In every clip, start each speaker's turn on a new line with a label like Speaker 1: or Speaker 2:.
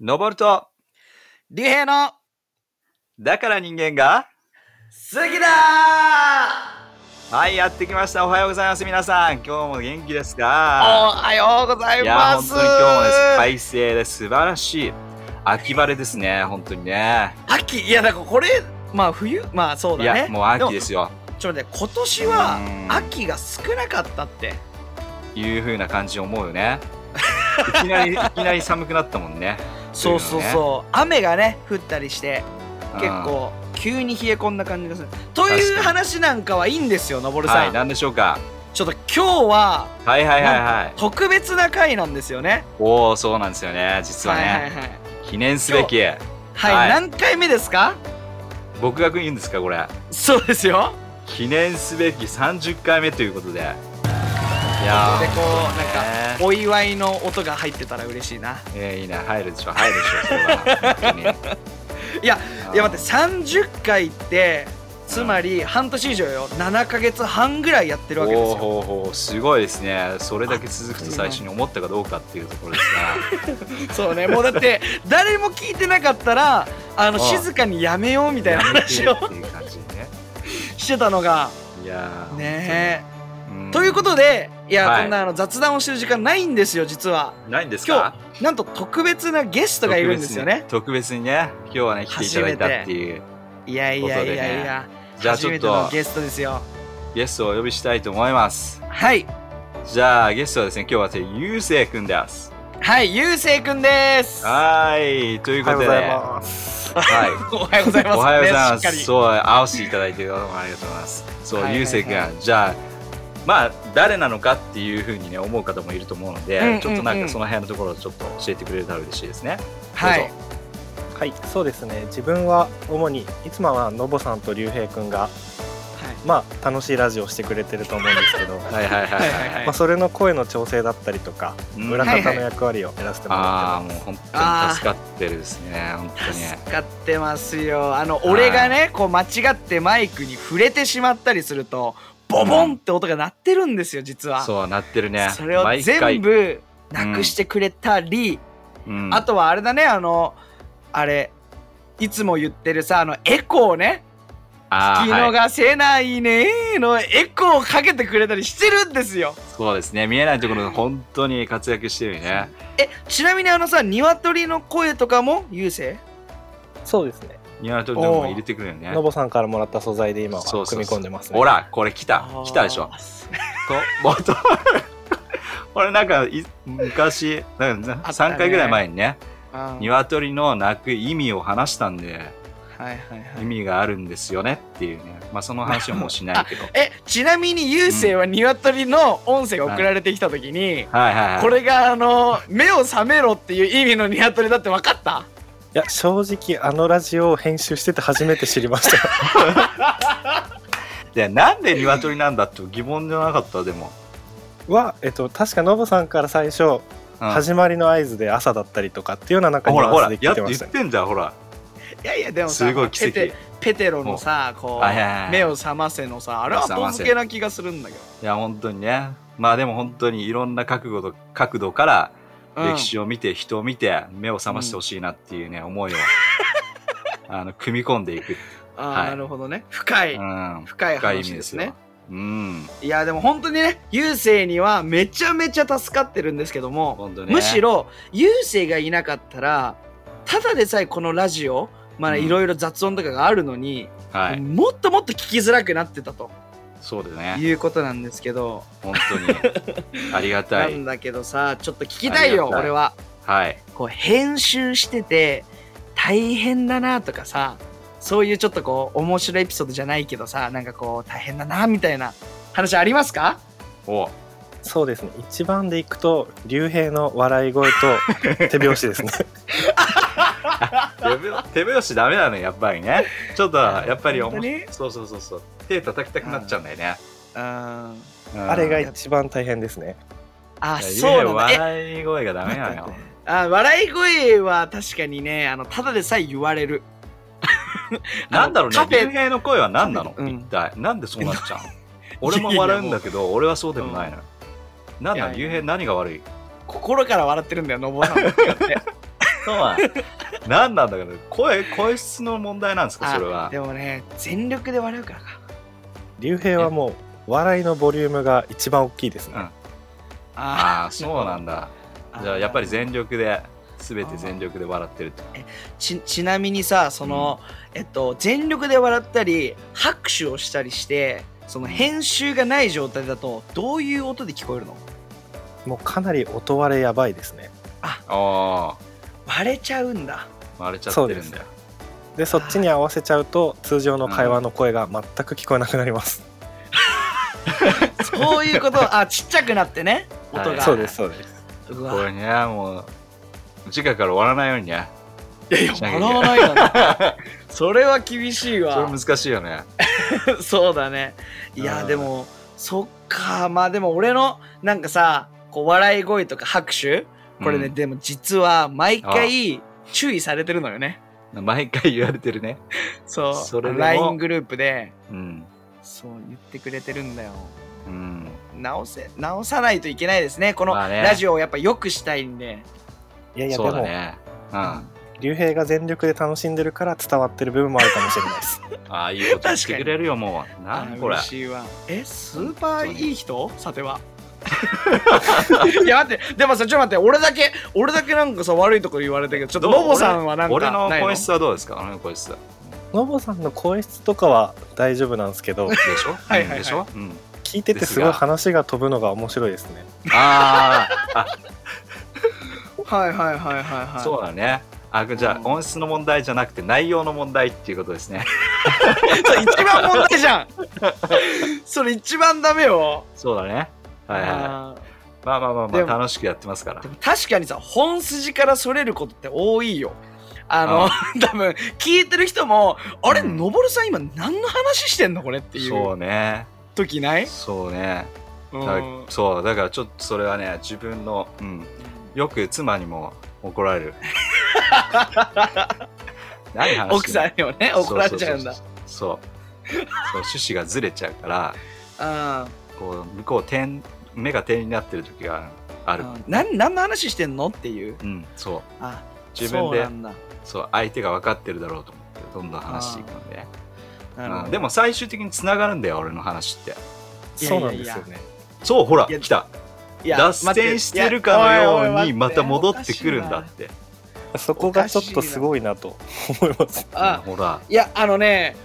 Speaker 1: 登ると、
Speaker 2: 竜兵の
Speaker 1: だから人間が、
Speaker 2: 好きだ
Speaker 1: はい、やってきました。おはようございます、皆さん。今日も元気です
Speaker 2: お
Speaker 1: か
Speaker 2: はようござい
Speaker 1: いや、
Speaker 2: ま
Speaker 1: 本
Speaker 2: す
Speaker 1: 当に今日もです。快晴で素晴らしい。秋晴れですね、本当にね。
Speaker 2: 秋いやだからこれまあ冬まあそう
Speaker 1: い
Speaker 2: だね
Speaker 1: や、もう秋ですよ。
Speaker 2: でもちょっと待って今年
Speaker 1: う
Speaker 2: は
Speaker 1: ん
Speaker 2: 秋が少なかったって
Speaker 1: いう風な感じ思うよね。いき なり、いきなり寒くなったもんね。
Speaker 2: そうそうそう雨がね降ったりして
Speaker 1: うん
Speaker 2: 結。構急に冷え込んだ感じがすると
Speaker 1: 確
Speaker 2: い
Speaker 1: か
Speaker 2: う
Speaker 1: に
Speaker 2: 話なんかはいいんですよのぼる
Speaker 1: は
Speaker 2: さ
Speaker 1: い、
Speaker 2: ん、
Speaker 1: なんでしょうか。
Speaker 2: ちょっと今日は
Speaker 1: はいはいはいは
Speaker 2: なん
Speaker 1: い
Speaker 2: か。特別な回なんですよね
Speaker 1: おお、そうなんですよね。実はね、
Speaker 2: はいはいはい
Speaker 1: 記念すべき。
Speaker 2: はい、
Speaker 1: はい
Speaker 2: 何回目ですか
Speaker 1: 僕が言うんですか、これ。
Speaker 2: そうですよ
Speaker 1: 記念すべき30回目ということでいや
Speaker 2: で
Speaker 1: ー
Speaker 2: こうなんか
Speaker 1: ね
Speaker 2: お祝いの音が入ってたら嬉しいな
Speaker 1: えーいいね入るでしょ入るでしょそれは本当 に
Speaker 2: いや
Speaker 1: うん
Speaker 2: いや待って30回ってつまり半年以上よ7ヶ月半ぐらいやってるわけです
Speaker 1: おー
Speaker 2: よ
Speaker 1: ほうほうすごいですねそれだけ続くと最初に思ったかどうかっていうところです
Speaker 2: そうねもうだ って誰も聞いてなかったらあの
Speaker 1: ああ
Speaker 2: 静かにやめようみ
Speaker 1: が
Speaker 2: たいな
Speaker 1: やめて
Speaker 2: 話を
Speaker 1: っていう感じでね
Speaker 2: してたのが
Speaker 1: いやー
Speaker 2: ね
Speaker 1: 本当に
Speaker 2: え
Speaker 1: ん
Speaker 2: ということでいや、
Speaker 1: はい
Speaker 2: こんなあの雑談をしてる時間ないんですよ実は
Speaker 1: ないんです
Speaker 2: 今
Speaker 1: か
Speaker 2: 日なんと特別なゲストがいるんですよね
Speaker 1: 特別に特別にね今日はね来ていただいたっていう
Speaker 2: いやいやいやいや、
Speaker 1: じゃあ
Speaker 2: 初
Speaker 1: ちょ
Speaker 2: め
Speaker 1: って
Speaker 2: の
Speaker 1: と
Speaker 2: ゲストですよ
Speaker 1: ゲストをお呼びしたいと思います
Speaker 2: はい
Speaker 1: じゃあゲストはですね今日はですねゆうせいくんです
Speaker 2: はいゆうせいくんです
Speaker 1: はーい、ということで、
Speaker 2: す。
Speaker 1: はい
Speaker 2: おはようございます。
Speaker 1: おはようございま
Speaker 2: ねしっか
Speaker 1: す。
Speaker 2: り
Speaker 1: そう、合わせていただいてどうもありがとうございます。そう、
Speaker 2: はいはいはい
Speaker 1: ゆうせい君、じゃあ、まあ、誰なのかっていうふうにね、思う方もいると思うので、
Speaker 2: うんうんうん
Speaker 1: ちょっとなんかその辺のところをちょっと教えてくれたら嬉しい ですね。
Speaker 2: はい。
Speaker 3: はい、そうですね。自分は主にいつもはのぼさんとりゅうへいくんがまあ楽しいラジオをしてくれてると思うんですけど、
Speaker 1: はいはいはい
Speaker 2: はいはい
Speaker 1: は
Speaker 2: はい
Speaker 1: い。
Speaker 3: まあそれの声の調整だったりとか、
Speaker 1: うん
Speaker 3: 裏
Speaker 2: はい
Speaker 3: 方の役割をやらせてもら
Speaker 1: あ
Speaker 3: っ
Speaker 1: あ、
Speaker 3: て
Speaker 1: もう
Speaker 3: ます。
Speaker 1: 本当に助かってるですね、本当に。
Speaker 2: 助かってますよ。あの
Speaker 1: い
Speaker 2: 俺がねこう間違ってマイクに触れてしまったりするとボボンって音が鳴ってるんですよ実は。
Speaker 1: そう、なってるね。
Speaker 2: それを
Speaker 1: 毎回
Speaker 2: 全、部なくしてくれたり、
Speaker 1: うん
Speaker 2: あとはあれだねあのあれいつも言ってるさあのエコーをね「
Speaker 1: あ
Speaker 2: 聞き
Speaker 1: ーはい
Speaker 2: 逃せないね」のエコーをかけてくれたりしてるんですよ。
Speaker 1: そうですね、見えないところで本当に活躍してるよね。
Speaker 2: えちなみにあのさ鶏の声とかも優勢
Speaker 3: そうですね。
Speaker 1: ニワトリでも入れてくるよね。
Speaker 3: のぼさんからもらった素材で今は
Speaker 1: そうそうそう
Speaker 3: 組み込んでますね。
Speaker 1: ほら、これ来た。来たでしょ。と、もっと。 これなんかい、昔、なんか
Speaker 2: あったね
Speaker 1: 3回ぐらい前にね、
Speaker 2: あー
Speaker 1: 鶏の鳴く意味を話したんで、
Speaker 2: はいはいは
Speaker 1: 意
Speaker 2: い
Speaker 1: 味があるんですよねっていうね。まあ、その話はもうしないけ ど。
Speaker 2: えちなみに優勢は鶏の音声が送られてきた時に、
Speaker 1: はいはいはい。
Speaker 2: これがあの目を覚めろっていう意味の鶏だって分かった
Speaker 3: いや正直あのラジオを編集してて初めて知りま した。
Speaker 1: で、なんで鶏なんだって疑問じゃなかった、でも。
Speaker 3: はえっと確かのぼさんから最初
Speaker 1: うん
Speaker 3: 始まりの合図で朝だったりとかっていうような中に
Speaker 1: ほらほら、
Speaker 3: で
Speaker 1: や
Speaker 3: 聞い
Speaker 1: ってて
Speaker 3: ま
Speaker 1: 言っ
Speaker 3: したね。
Speaker 1: てんじゃん、ほら。
Speaker 2: いやいやでもさ
Speaker 1: すごい奇跡。
Speaker 2: ペテペテロのさこ
Speaker 1: はいはいは
Speaker 2: う
Speaker 1: い
Speaker 2: 目を覚ませのさあれは後付けな気がするんだけど
Speaker 1: いや、本当にね。まあでも本当にいろんな覚悟と角度から、
Speaker 2: うん
Speaker 1: 歴史を見て人を見て目を覚ましてほしいなっていうね、思 いをあの組み込んでいく、
Speaker 2: あー、
Speaker 1: はい
Speaker 2: なるほどね深い、
Speaker 1: うん、
Speaker 2: 深い
Speaker 1: 深い意味
Speaker 2: 話
Speaker 1: で
Speaker 2: ですす
Speaker 1: よ
Speaker 2: ね
Speaker 1: うん
Speaker 2: いやでも本当にね郵政にはめちゃめちゃ助かってるんですけども、
Speaker 1: 本当ね
Speaker 2: むしろ郵政がいなかったらただでさえこのラジオまあ
Speaker 1: うん
Speaker 2: いろいろ雑音とかがあるのに、
Speaker 1: はい
Speaker 2: もっともっと聞きづらくなってたと
Speaker 1: そうだね
Speaker 2: いうことなんですけど、
Speaker 1: 本当 にありがた
Speaker 2: ないんだけどさちょっと聞きたいよ
Speaker 1: ありがたい
Speaker 2: 俺は
Speaker 1: はい
Speaker 2: こう編集してて大変だなとかさそういうちょっとこう面白いエピソードじゃないけどさなんかこう大変だなみたいな話ありますか
Speaker 1: お
Speaker 3: そうですね一番でいくと竜兵の笑い声と手拍子ですね
Speaker 1: 手拍手拍子ダメなのよやっぱりねちょっとやっぱりおも
Speaker 2: 本当に
Speaker 1: そうそうそうそう手叩きたくなっちゃうんだよね、
Speaker 2: う
Speaker 1: う
Speaker 2: ん
Speaker 1: ん
Speaker 3: あれが一番大変ですね
Speaker 2: あ、
Speaker 1: いや
Speaker 2: そうなんだ。え
Speaker 1: 笑い声がダメなのよ
Speaker 2: あ笑い声は確かにね、あのただでさえ言われる。
Speaker 1: なんだろう
Speaker 2: カ
Speaker 1: ね
Speaker 2: フェ
Speaker 1: 竜兵の声は何なの、
Speaker 2: うん
Speaker 1: 一体なんでそうなっちゃうの俺も笑うんだけど俺はそうでもないのよ、なんない
Speaker 2: や
Speaker 1: の
Speaker 2: いや
Speaker 1: 竜兵何が悪い
Speaker 2: 心から笑ってるんだよ、のぼさん。
Speaker 1: とは 何なんだかね声声質の問題なんですかそれは
Speaker 2: でもね全力で笑うからか
Speaker 3: 竜兵はもう笑いのボリュームが一番大きいですね、
Speaker 1: うん
Speaker 2: あ
Speaker 1: ああそうなんだ
Speaker 2: ー
Speaker 1: じゃあやっぱり全力で全て全力で笑ってるって
Speaker 2: ちちなみにさその、えっと全力で笑ったり拍手をしたりしてその編集がない状態だとどういう音で聞こえるの
Speaker 3: もうかなり音割れやばいですね
Speaker 1: あ
Speaker 2: 割れちゃうんだ
Speaker 1: あ割れちゃってるんだよ
Speaker 3: でそっちに合わせちゃうと通常の会話の声が全く聞こえなくなります、
Speaker 2: そうい うことあちっちゃくなってね
Speaker 1: はい
Speaker 2: 音が、
Speaker 3: そうですそうです
Speaker 2: う
Speaker 1: こ
Speaker 2: わ
Speaker 1: れねもう次回から終わらないようにね
Speaker 2: いやいや
Speaker 1: しなきゃ
Speaker 2: 笑わないだ ろそれは厳しい
Speaker 1: そ
Speaker 2: わ
Speaker 1: れ難しいよね
Speaker 2: そうだねいや
Speaker 1: うん
Speaker 2: でもそっかまあでも俺のなんかさこう笑い声とか拍手これね、、でも実は毎回注意されてるのよね
Speaker 1: うん毎回言われてるね
Speaker 2: そう
Speaker 1: それでも
Speaker 2: LINE グループで
Speaker 1: うん
Speaker 2: そう言ってくれてるんだよ
Speaker 1: うん
Speaker 2: 直せ直さないといけないですねこの
Speaker 1: まあね
Speaker 2: ラジオをやっぱ良くしたいんで、
Speaker 3: いやいやで
Speaker 1: そうだ
Speaker 3: も
Speaker 1: ねうんあ
Speaker 3: 竜兵が全力で楽しんでるから伝わってる部分もあるかもしれないです
Speaker 1: あいいこと言ってくれるよもうな
Speaker 2: あ
Speaker 1: んこれ
Speaker 2: 嬉しいわえスーパーいい人さては いや待ってでもさちょっと待って俺だけ俺だけなんかさ悪いとこ言われたけどちょっと
Speaker 1: どう
Speaker 2: ロボさんはなんか
Speaker 1: 俺の
Speaker 2: ない
Speaker 1: 声質はどうですか俺の声質で
Speaker 3: のぼさんの声質とかは大丈夫なんですけど
Speaker 1: しょ
Speaker 2: はいはいはい
Speaker 1: うんでしょうん
Speaker 3: 聞いててすごい話が飛ぶのが面白いですね
Speaker 1: あ
Speaker 2: はいはいはいはい は
Speaker 1: あ
Speaker 2: い
Speaker 1: そうだねあじゃあ
Speaker 2: うん
Speaker 1: 音質の問題じゃなくて内容の問題っていうことですね
Speaker 2: そう一番問題じゃんそれ一番ダメよ、
Speaker 1: そうだねはいはい
Speaker 2: あ
Speaker 1: まあまあまあまあ
Speaker 2: でも
Speaker 1: 楽しくやってますから
Speaker 2: ーでも確かにさ本筋からそれることって多いよあの 多分聞いてる人も「あれ
Speaker 1: うん
Speaker 2: のぼるさん今何の話してんのこれ」ってい
Speaker 1: そううね
Speaker 2: 時ない
Speaker 1: そうね
Speaker 2: うん
Speaker 1: だからそうだからちょっとそれはね自分のうんよく妻にも怒られ る何話
Speaker 2: 奥
Speaker 1: してん
Speaker 2: さ
Speaker 1: の
Speaker 2: んにもね怒られちゃうんだ
Speaker 1: そうそうそうそうそう趣旨がずれちゃうから
Speaker 2: うん
Speaker 1: こう向こう点目が点になってる時がある
Speaker 2: うんなん何の話してんのっていう
Speaker 1: うんそう
Speaker 2: あ
Speaker 1: 自分
Speaker 2: そうな
Speaker 1: で
Speaker 2: んだ
Speaker 1: そう相手が分かってるだろうと思ってどんどん話していくんで、
Speaker 2: なるほ
Speaker 1: う
Speaker 2: ど
Speaker 1: んでも最終的につながるんだよ俺の話って
Speaker 2: いや
Speaker 3: そ
Speaker 2: いう
Speaker 3: な
Speaker 2: や
Speaker 3: ん
Speaker 2: い
Speaker 3: です
Speaker 2: や
Speaker 3: よね
Speaker 1: そうほら
Speaker 2: いや
Speaker 1: 来た
Speaker 2: いや
Speaker 1: 脱線してるかのようにまた戻ってくるんだ
Speaker 2: 待
Speaker 1: っ
Speaker 2: って
Speaker 1: て
Speaker 3: そこがちょっとすごいなと思いま
Speaker 2: いやおか
Speaker 3: す
Speaker 2: しいなあ
Speaker 1: うんほら
Speaker 2: いやあのね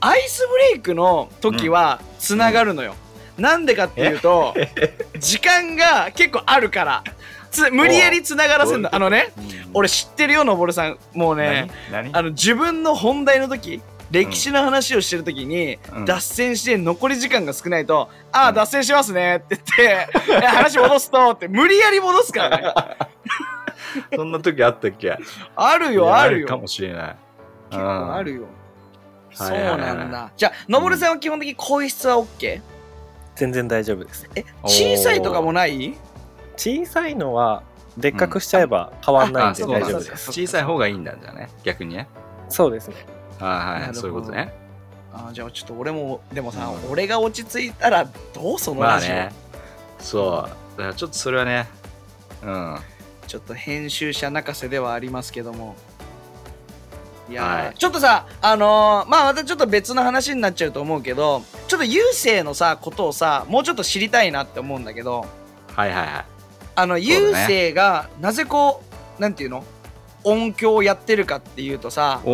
Speaker 2: アイスブレイクの時はつながるのよ、なんでかっていうと時間が結構あるからつ無理やりつながらせるのあ
Speaker 1: おう
Speaker 2: のね俺知ってるよのぼるさんもうね
Speaker 1: 何
Speaker 2: あの自分の本題の時歴史の話をしてる時に、
Speaker 1: うん
Speaker 2: 脱線して残り時間が少ないと「ああ、
Speaker 1: うん
Speaker 2: 脱線しますね」って言っていや「話戻すと」って無理やり戻すからね
Speaker 1: そんな時あったっ け
Speaker 2: ある
Speaker 1: い
Speaker 2: よ
Speaker 1: や
Speaker 2: あるよ
Speaker 1: かもしれない
Speaker 2: 結構あ
Speaker 1: う
Speaker 2: る
Speaker 1: ん
Speaker 2: よ、
Speaker 1: はい
Speaker 2: そう
Speaker 1: はいはい
Speaker 2: なんだじゃあのぼるさんは基本的に声質は OK?
Speaker 3: 全然大丈夫です
Speaker 2: え小さいとかもない
Speaker 3: 小さいのはでっかくしちゃえば変わんないん
Speaker 1: あ
Speaker 3: で
Speaker 1: そう
Speaker 2: な
Speaker 1: なん
Speaker 3: 大
Speaker 1: だ
Speaker 3: 丈夫
Speaker 2: そ
Speaker 3: で
Speaker 2: う
Speaker 3: す
Speaker 2: そ
Speaker 1: 小さい方がいいんだじゃあね逆にね
Speaker 3: そうですね
Speaker 1: はいは
Speaker 2: なるほ
Speaker 1: い
Speaker 2: ど
Speaker 1: そういうことね
Speaker 2: あーじゃあちょっと俺もでもさ、
Speaker 1: う
Speaker 2: 俺が落ち着いたらどうその
Speaker 1: ま
Speaker 2: ラ
Speaker 1: あ
Speaker 2: ジオ、
Speaker 1: ねそうだからちょっとそれはねうん
Speaker 2: ちょっと編集者泣かせではありますけどもいやー、
Speaker 1: はい
Speaker 2: ちょっとさあのーまあまたちょっと別の話になっちゃうと思うけどちょっと郵政のさことをさもうちょっと知りたいなって思うんだけど
Speaker 1: はいはいはい
Speaker 2: あの、
Speaker 1: ね
Speaker 2: 郵政がなぜこうなんていうの音響をやってるかっていうとさ
Speaker 1: お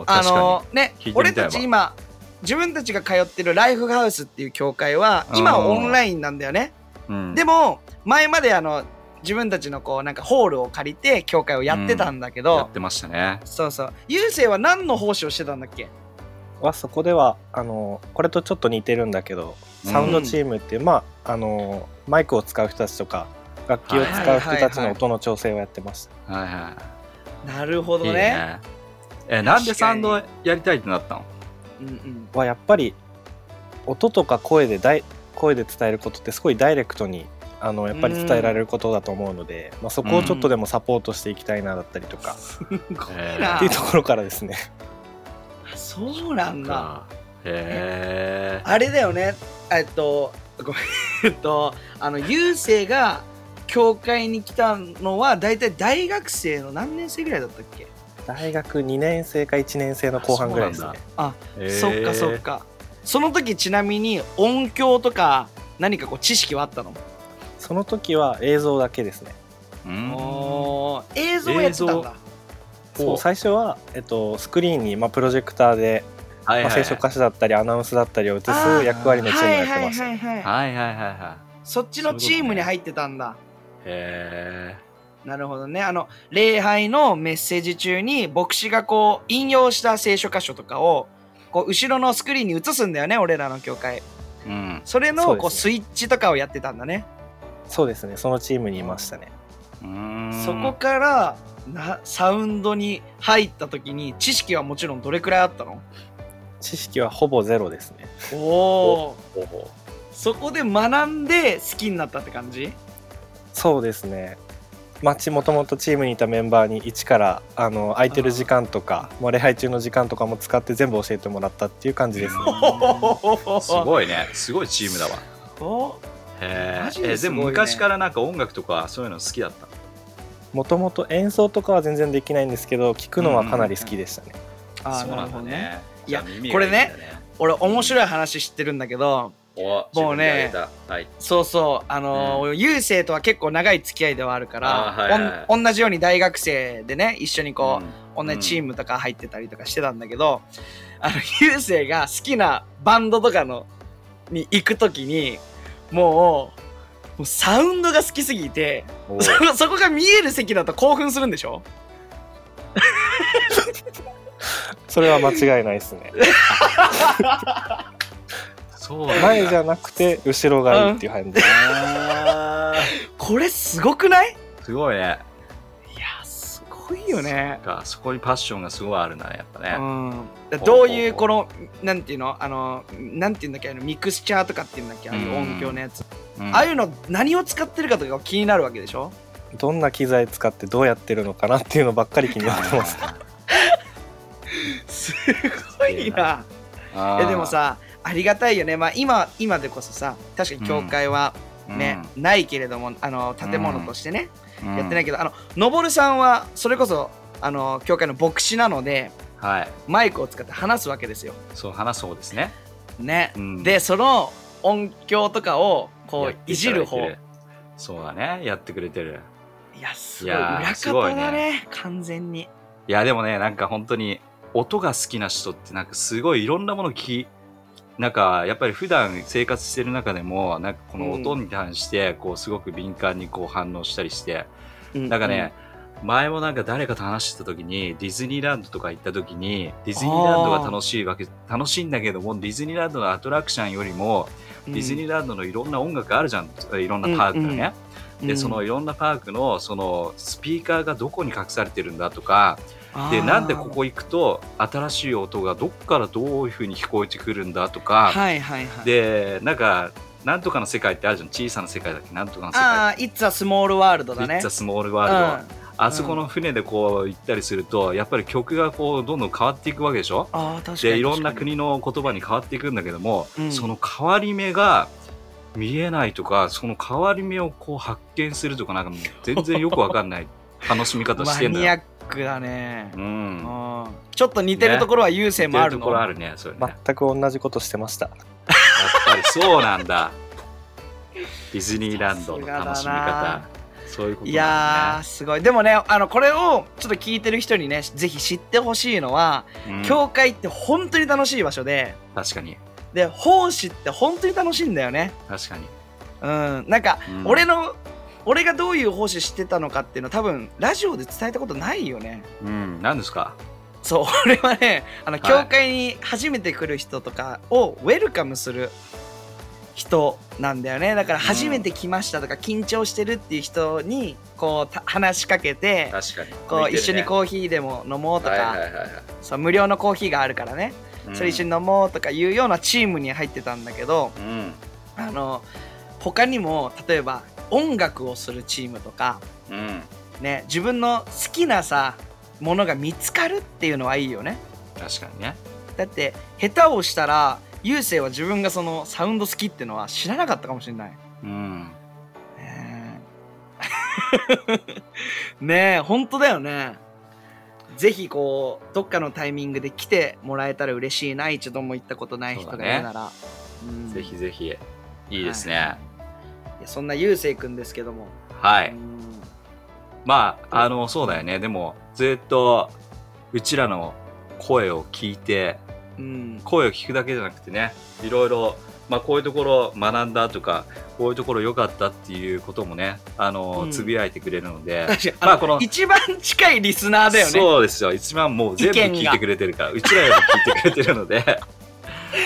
Speaker 1: お
Speaker 2: あ
Speaker 1: 確か
Speaker 2: のね
Speaker 1: 聞いてみたいわ
Speaker 2: 俺たち今自分たちが通ってるライフハウスっていう教会は今は
Speaker 1: うん
Speaker 2: オンラインなんだよね、
Speaker 1: にうん
Speaker 2: でも前まであの自分たちのこうなんかホールを借りて教会をやってたんだけ
Speaker 1: や
Speaker 2: ど
Speaker 1: っ、てましたね
Speaker 2: そうそう郵政は何の奉仕をしてたんだっけ
Speaker 3: はそこではあのこれとちょっと似てるんだけどサウンドチームっていう、まああのマイクを使う人たちとか楽器を使う人たちの音の調整をやってました、
Speaker 1: はいは
Speaker 2: なるほ
Speaker 1: い
Speaker 2: ど
Speaker 1: いい
Speaker 2: ね
Speaker 1: ねえなんでサウンドやりたいってなったの
Speaker 2: うんうん、
Speaker 3: はやっぱり音とか声でだい声で伝えることってすごいダイレクトにあのやっぱり伝えられることだと思うので、まあ、そこをちょっとでもサポートしていきたいなだったりとか、
Speaker 2: ごいな、
Speaker 1: えー
Speaker 3: っていうところからですね
Speaker 2: そうなんだ
Speaker 1: かへえ
Speaker 2: あれだよねえっとごめんえっとあの郵政が教会に来たのは大体大学生の何年生ぐらいだったっけ
Speaker 3: 大学2年生か1年生の後半ぐらいですね
Speaker 2: あ
Speaker 1: へー
Speaker 2: そっかそっかその時ちなみに音響とか何かこう知識はあったの
Speaker 3: その時は映像だけですね
Speaker 1: うん
Speaker 2: おー映像をやってたんだ
Speaker 3: そ
Speaker 1: お
Speaker 3: う最初は、えっと、スクリーンに、まあ、プロジェクターで、
Speaker 1: はい
Speaker 3: ま
Speaker 1: は
Speaker 3: あ、
Speaker 1: い
Speaker 3: 聖書歌手だったりアナウンスだったりを映す役割のチームを
Speaker 2: は
Speaker 3: や
Speaker 2: い
Speaker 3: って
Speaker 2: はい
Speaker 3: ました、
Speaker 2: はいは
Speaker 1: はいは
Speaker 2: い
Speaker 1: いはいは
Speaker 2: そっちのチームに入ってたんだ
Speaker 1: いへ
Speaker 2: なるほどねあの礼拝のメッセージ中に牧師がこう引用した聖書箇所とかをこう後ろのスクリーンに映すんだよね俺らの教会
Speaker 1: えうん
Speaker 2: それのこう
Speaker 3: そ
Speaker 2: スイッチとかをやってたんだね
Speaker 3: そうですねそのチームにいましたね
Speaker 1: うーん
Speaker 2: そこからなサウンドに入った時に知識はもちろんどれくらいあったの
Speaker 3: 知識はほぼゼロですね
Speaker 2: おお
Speaker 1: ほうほ
Speaker 2: そこで学んで好きになったって感じ
Speaker 3: そうですね町もともとチームにいたメンバーに一からあの空いてる時間とかもう礼拝中の時間とかも使って全部教えてもらったっていう感じですね
Speaker 1: うすごいねすごいチームだわ
Speaker 2: お
Speaker 1: へ
Speaker 2: マジ
Speaker 1: え、
Speaker 2: で
Speaker 1: え
Speaker 2: す
Speaker 1: で
Speaker 2: ごいね
Speaker 1: も昔からなんか音楽とかそういうの好きだった
Speaker 3: もともと演奏とかは全然できないんですけど聞くのはかなり好きでしたね、
Speaker 2: あー
Speaker 1: そう
Speaker 2: な
Speaker 1: な
Speaker 2: る
Speaker 1: ん
Speaker 2: ほ
Speaker 1: だ
Speaker 2: どね
Speaker 1: ね
Speaker 2: いや
Speaker 1: じゃあ耳
Speaker 2: こ
Speaker 1: が
Speaker 2: れ
Speaker 1: いいんだ
Speaker 2: ね
Speaker 1: ね
Speaker 2: 俺面白い話知ってるんだけど
Speaker 1: お
Speaker 2: も
Speaker 1: 自分
Speaker 2: うね
Speaker 1: であげたはい
Speaker 2: そうそうあのーゆうせいとは結構長い付き合いではあるから、
Speaker 1: あーはいはい
Speaker 2: おん同じように大学生でね一緒にこ
Speaker 1: う
Speaker 2: う、
Speaker 1: ん
Speaker 2: 同じチームとか入ってたりとかしてたんだけど、あのゆうせいが好きなバンドとかのに行く時にもうもうサウンドが好きすぎて
Speaker 1: うん お
Speaker 2: そこそこが見える席だと興奮するんでしょ
Speaker 3: それは間違いないですね
Speaker 1: そうなんだ
Speaker 3: 前じゃなくて後ろがいいっていう感じ、
Speaker 1: あ
Speaker 2: これすごくないい
Speaker 1: ーすごいね
Speaker 2: やすごいよね。
Speaker 1: そっかそこにパッションがすごいあるなやっぱ
Speaker 2: う
Speaker 1: ね、
Speaker 2: ん、だどういうこのなんていうのあのなんていうんだっけあのミクスチャーとかっていうんだっけあの
Speaker 1: うん
Speaker 2: 音響のやつ、
Speaker 1: うん
Speaker 2: ああいうの何を使ってるかとかが気になるわけでしょ
Speaker 3: どんな機材使ってどうやってるのかなっていうのばっかり気になって ます
Speaker 2: すごいな
Speaker 1: あー
Speaker 2: えでもさありがたいよねまあ今今でこそさ確かに教会はね、ないけれどもあの建物としてね、
Speaker 1: うん
Speaker 2: やってないけどあののぼるさんはそれこそあの教会の牧師なので
Speaker 1: はい
Speaker 2: マイクを使って話すわけですよ
Speaker 1: そう話そうですね、
Speaker 2: ね、
Speaker 1: うん
Speaker 2: でその音響とかをこ
Speaker 1: やって
Speaker 2: ういじる方
Speaker 1: いただいてそうだねやってくれてる
Speaker 2: いや、す
Speaker 1: い
Speaker 2: ごい。
Speaker 1: やー
Speaker 2: 裏
Speaker 1: すご
Speaker 2: 方
Speaker 1: いね
Speaker 2: だね、完全に。
Speaker 1: いやでもねなんか本当に音が好きな人ってなんかすごいいろんなもの聞きなんかやっぱり普段生活してる中でもなんかこの音に対してこうすごく敏感にこう反応したりして、なんかね、前もなんか誰かと話してた時にディズニーランドとか行った時にディズニーランドが楽しいわけ楽しいんだけどもディズニーランドのアトラクションよりも
Speaker 2: う
Speaker 1: デ
Speaker 2: ん、
Speaker 1: ィズニーランドのいろんな音楽あるじゃんいろんなパークがね、
Speaker 2: う
Speaker 1: で
Speaker 2: ん
Speaker 1: そのいろんなパークのそのスピーカーがどこに隠されてるんだとかで
Speaker 2: あー
Speaker 1: なんでここ行くと新しい音がどっからどういう風に聞こえてくるんだとか、
Speaker 2: はいはいはい。
Speaker 1: でなんかなんとかの世界ってあるじゃん小さな世界だっけなんとかの世界
Speaker 2: ああ、It's a Small World だ
Speaker 1: It's
Speaker 2: ね。
Speaker 1: a small world、
Speaker 2: うん
Speaker 1: あそこの船でこう行ったりするとやっぱり曲がこうどんどん変わっていくわけでしょ
Speaker 2: ああ、確かに。
Speaker 1: でいろんな
Speaker 2: 確かに。
Speaker 1: 国の言葉に変わっていくんだけども、
Speaker 2: うん
Speaker 1: その変わり目が見えないとかその変わり目をこう発見するとかなんかもう全然よくわかんない楽しみ方し
Speaker 2: マ
Speaker 1: て んだ
Speaker 2: ニア
Speaker 1: よ。
Speaker 2: ックだね
Speaker 1: う。、
Speaker 2: うんんちょっと似てるところは優勢もあ
Speaker 1: っ
Speaker 2: る
Speaker 1: ていうとこ
Speaker 2: の。
Speaker 1: ろあるねそれねやっ
Speaker 3: 全く同じことしてました
Speaker 1: ぱりそうなん だディズニーランドの楽しみ
Speaker 2: さ
Speaker 1: 方そういうことなんだ、ね、
Speaker 2: いやー、すごい。でもね、あの、これをちょっと聞いてる人にね、ぜひ知ってほしいのは、
Speaker 1: うん
Speaker 2: 教会って本当に楽しい場所で、
Speaker 1: 確かに
Speaker 2: で、奉仕って本当に楽しいんだよね。
Speaker 1: 確かに、
Speaker 2: うん。なんか、
Speaker 1: うん
Speaker 2: 俺の俺がどういう奉仕してたのかっていうのは多分ラジオで伝えたことないよね
Speaker 1: うん何ですか
Speaker 2: そう 俺はねあの
Speaker 1: い
Speaker 2: 教会に初めて来る人とかをウェルカムする人なんだよねだから初めて来ましたとか緊張してるっていう人にこうた話しかけて
Speaker 1: 確かに
Speaker 2: こう一緒に
Speaker 1: う
Speaker 2: コーヒーでも飲もうとか、
Speaker 1: いはいはい
Speaker 2: そう無料のコーヒーがあるからね、
Speaker 1: うん
Speaker 2: それ一緒に飲もうとかいうようなチームに入ってたんだけど
Speaker 1: うん
Speaker 2: あの他にも例えば音楽をするチームとか
Speaker 1: うん
Speaker 2: ね自分の好きなさものが見つかるっていうのはいいよね
Speaker 1: 確かにね
Speaker 2: だって下手をしたらゆうせいは自分がそのサウンド好きっていうのは知らなかったかもしれない、
Speaker 1: うん
Speaker 2: ねえ ねえ本当だよねぜひこうどっかのタイミングで来てもらえたら嬉しいな一度も行ったことない人がいるなら、うん
Speaker 1: ぜひぜひ。いいですね。
Speaker 2: いやそんなゆうせいくんですけども
Speaker 1: はい。
Speaker 2: うん
Speaker 1: まあ、あの、そうだよね。でも、ずっと、うちらの声を聞いて、
Speaker 2: うん
Speaker 1: 声を聞くだけじゃなくてね、いろいろ、まあ、こういうところ学んだとか、こういうところ良かったっていうこともね、あの、
Speaker 2: うん
Speaker 1: つぶやいてくれるので、
Speaker 2: 確かにあの
Speaker 1: まあ、この、
Speaker 2: 一番近いリスナーだよね
Speaker 1: そうですよ。一番もう全部
Speaker 2: 意見
Speaker 1: 聞い
Speaker 2: が
Speaker 1: てくれてるから、うちらより聞いてくれてるの で、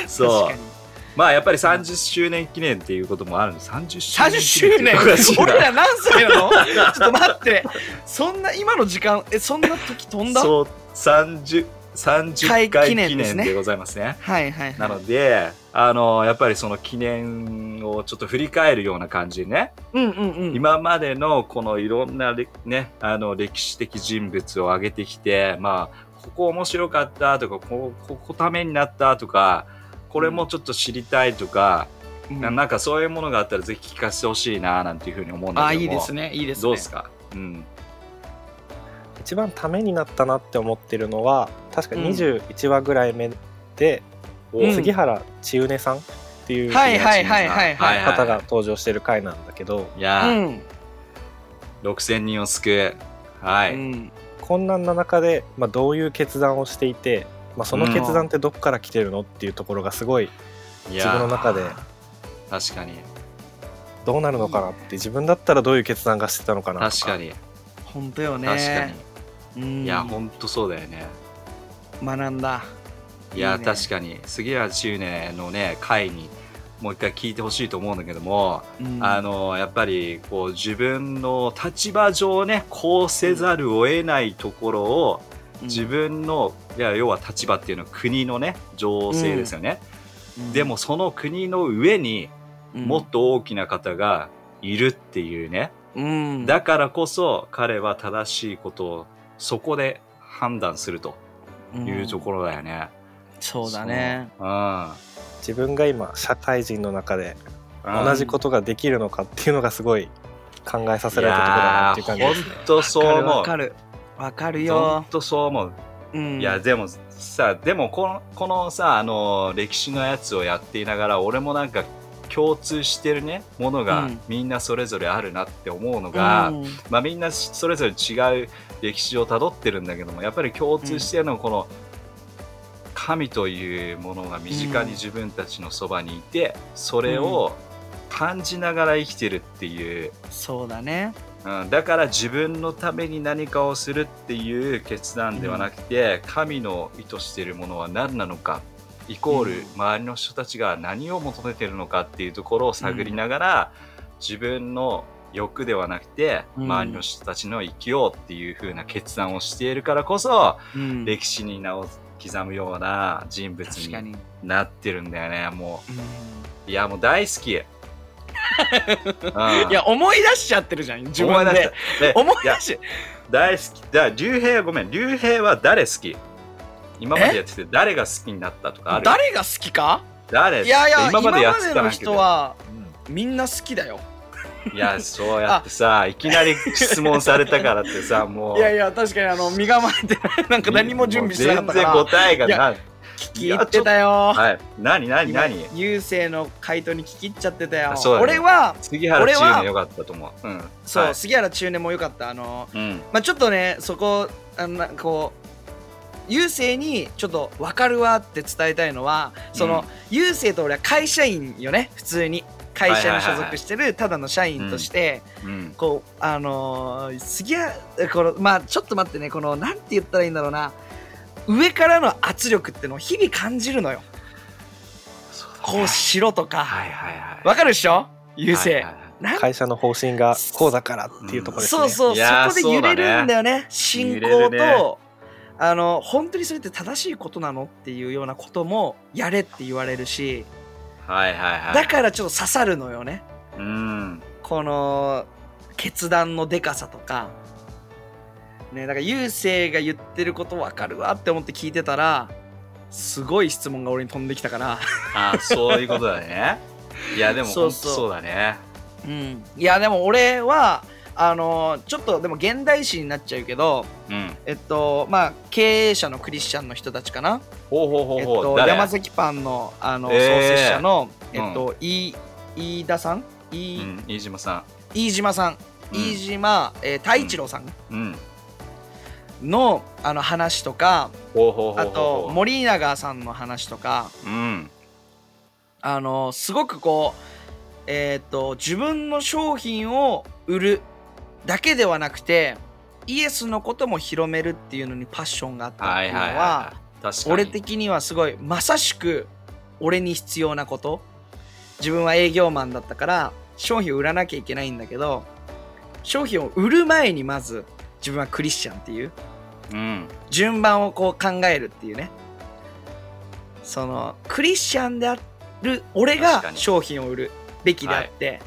Speaker 1: そ
Speaker 2: 確
Speaker 1: う。
Speaker 2: かに
Speaker 1: まあ、やっぱり30周年記念っていうこともあるんです。30
Speaker 2: 30
Speaker 1: 周
Speaker 2: 周
Speaker 1: 年記念って
Speaker 2: 年
Speaker 1: おかしいな
Speaker 2: 俺ら何歳なの ちょっと待ってそんな今の時間えそんな時飛んだ
Speaker 1: そう30 30回
Speaker 2: 回
Speaker 1: 記
Speaker 2: 記念
Speaker 1: 念
Speaker 2: ですね
Speaker 1: でございますね。
Speaker 2: はいはい
Speaker 1: な
Speaker 2: はい
Speaker 1: ので、あのやっぱりその記念をちょっと振り返るような感じでね、
Speaker 2: うんうんうん
Speaker 1: 今までのこのいろんなれね、あの歴史的人物を挙げてきて、まあ、ここ面白かったとか、こここためになったとか、これもちょっと知りたいとか、
Speaker 2: うん
Speaker 1: ななんかそういうものがあったらぜひ聞かせてほしいな、なんていうふうに思うんだ
Speaker 2: あ
Speaker 1: けども。
Speaker 2: いいですねいいですね
Speaker 1: どうですかうん。
Speaker 3: 一番ためになったなって思ってるのは確か
Speaker 2: うん
Speaker 3: 21話ぐらい目で、
Speaker 2: うん
Speaker 3: 杉原千畝さんっていう
Speaker 2: はいはいはいはいはい
Speaker 1: は
Speaker 3: 方が登場してる回なんだけど、
Speaker 1: いやー、
Speaker 2: うん
Speaker 1: 6000人を救う。はい。
Speaker 2: うん
Speaker 3: こんなんな中で、まあ、どういう決断をしていて、まあ、その決断ってどこから来てるのっていうところがすごい
Speaker 1: いや
Speaker 3: 自分の中で
Speaker 1: 確かに
Speaker 3: どうなるのかなって自分だったらどういう決断がしてたのかなと
Speaker 1: 確かに
Speaker 2: 本当よね
Speaker 1: 確かに、
Speaker 2: うん
Speaker 1: いやほんとそうだよね
Speaker 2: 学んだ
Speaker 1: いや
Speaker 2: いいね
Speaker 1: 確かに杉原千畝のね回にもう一回聞いてほしいと思うんだけども、
Speaker 2: うん
Speaker 1: あのやっぱりこう自分の立場上ねこうせざるを得ないところを、
Speaker 2: うん
Speaker 1: 自分のいや要は立場っていうのは国のね情勢ですよね、
Speaker 2: うん
Speaker 1: でもその国の上に
Speaker 2: うん
Speaker 1: もっと大きな方がいるっていうね、
Speaker 2: うん
Speaker 1: だからこそ彼は正しいことをそこで判断するというところだよね。
Speaker 2: うんそうだね
Speaker 1: その。
Speaker 3: 自分が今社会人の中で
Speaker 1: うん。
Speaker 3: 同じことができるのかっていうのがすごい考えさせられたところだなっていう感じ
Speaker 1: いや
Speaker 3: で
Speaker 1: ー
Speaker 3: すね
Speaker 1: ほんとそう思
Speaker 2: わ
Speaker 1: う。
Speaker 2: かるわかる
Speaker 1: ほん
Speaker 2: よ
Speaker 1: とそう思う。
Speaker 2: うん
Speaker 1: いやでもさでもこのこのさあの歴史のやつをやっていながら俺もなんか共通してるねものが
Speaker 2: うん
Speaker 1: みんなそれぞれあるなって思うのが、
Speaker 2: うん
Speaker 1: まあ、みんなそれぞれ違う歴史をたどってるんだけどもやっぱり共通してるのはこの神というものが身近に自分たちのそばにいてそれを感じながら生きてるっていう、
Speaker 2: そうだね
Speaker 1: うん、だから自分のために何かをするっていう決断ではなくて神の意図しているものは何なのかイコール
Speaker 2: うん
Speaker 1: 周りの人たちが何を求めてるのかっていうところを探りながら、自分の欲ではなくて
Speaker 2: うん
Speaker 1: 周りの人たちの生きようっていう風な決断をしているからこそ、
Speaker 2: うん
Speaker 1: 歴史に名を刻むような人物
Speaker 2: 確か
Speaker 1: に
Speaker 2: に
Speaker 1: なってるんだよねも
Speaker 2: うん
Speaker 1: ういやもう大好 き、うん
Speaker 2: いや思い出しちゃってるじゃん自
Speaker 1: 思い
Speaker 2: 分
Speaker 1: 出し
Speaker 2: で
Speaker 1: たで
Speaker 2: 思い
Speaker 1: いや
Speaker 2: 出し
Speaker 1: 大好きだ竜兵はごめん竜兵は誰好き今までやってて誰が好きになったとかある
Speaker 2: 誰が好きか
Speaker 1: 誰
Speaker 2: いやいや
Speaker 1: 今
Speaker 2: 今
Speaker 1: ま
Speaker 2: ま
Speaker 1: で
Speaker 2: で
Speaker 1: やってた
Speaker 2: の
Speaker 1: んだけど
Speaker 2: 人は
Speaker 1: うん
Speaker 2: みんな好きだよ
Speaker 1: い やそうやってさいきなり質問されたからってさもう
Speaker 2: いやいや確かにあの身構 えてないなんか何も準備してなかった
Speaker 1: も
Speaker 2: から
Speaker 1: う全然答えがない
Speaker 2: 聞き入ってたよ
Speaker 1: はい何何
Speaker 2: 今
Speaker 1: 何
Speaker 2: 郵政の回答に聞き入っちゃってたよ
Speaker 1: あそうだね
Speaker 2: 俺は
Speaker 1: 杉原
Speaker 2: 俺
Speaker 1: チー
Speaker 2: は
Speaker 1: ムよかったと思ううん
Speaker 2: そう、
Speaker 1: はい
Speaker 2: 杉原中年も良かったあの
Speaker 1: うん
Speaker 2: まあちょっとねそこあのなんかこう郵政にちょっと分かるわって伝えたいのはその、郵政と俺は会社員よね普通に会社に所属してるただの社員として、
Speaker 1: うん
Speaker 2: こうあのー、杉谷このまあちょっと待ってねこのなんて言ったらいいんだろうな上からの圧力ってのを日々感じるのよ
Speaker 1: そうだね
Speaker 2: こうしろとか
Speaker 1: はいはいはい
Speaker 2: わかるでしょ優勢、
Speaker 1: はいはいはい
Speaker 2: なん
Speaker 3: 会社の方針がこうだからっていうところですね、
Speaker 2: そうそう
Speaker 1: い
Speaker 2: そ
Speaker 1: やー
Speaker 2: こで揺れるんだよね
Speaker 1: そう
Speaker 2: 信
Speaker 1: だね
Speaker 2: 仰と、
Speaker 1: 揺れるね
Speaker 2: あの本当にそれって正しいことなのっていうようなこともやれって言われるし
Speaker 1: はいはいはい
Speaker 2: だからちょっと刺さるのよね
Speaker 1: うん
Speaker 2: この決断のでかさとかねだから優勢が言ってること分かるわって思って聞いてたらすごい質問が俺に飛んできた から、
Speaker 1: あそういうことだねいやでも本
Speaker 2: そ
Speaker 1: 当
Speaker 2: うそう
Speaker 1: そうだね
Speaker 2: うん、いやでも俺はあのちょっとでも現代史になっちゃうけど、
Speaker 1: うん。
Speaker 2: えっとまあ、経営者のクリスチャンの人たちかな、
Speaker 1: ほうほうほう
Speaker 2: えっ
Speaker 1: ほう。
Speaker 2: と、
Speaker 1: 誰
Speaker 2: 山崎パンのあの、
Speaker 1: えー
Speaker 2: 創設者の、
Speaker 1: うん
Speaker 2: えっとい飯田さん
Speaker 1: う
Speaker 2: い、
Speaker 1: ん、飯島さ
Speaker 2: 飯島さん、
Speaker 1: うん
Speaker 2: 飯島、えー、太一郎さん
Speaker 1: ん。うん。
Speaker 2: のあの話とか
Speaker 1: ほうほうほうほう
Speaker 2: あと森永さんの話とか
Speaker 1: うん。
Speaker 2: あのすごくこう、えっと自分の商品を売るだけではなくてイエスのことも広めるっていうのにパッションがあったっ
Speaker 1: は
Speaker 2: てい
Speaker 1: いう
Speaker 2: の
Speaker 1: はい
Speaker 2: は
Speaker 1: はい。確かに。
Speaker 2: 俺的にはすごいまさしく俺に必要なこと自分は営業マンだったから商品を売らなきゃいけないんだけど商品を売る前にまず自分はクリスチャンっていう
Speaker 1: うん。
Speaker 2: 順番をこう考えるっていうねそのクリスチャンである俺
Speaker 1: 確か
Speaker 2: が
Speaker 1: に
Speaker 2: 商品を売るべきであって、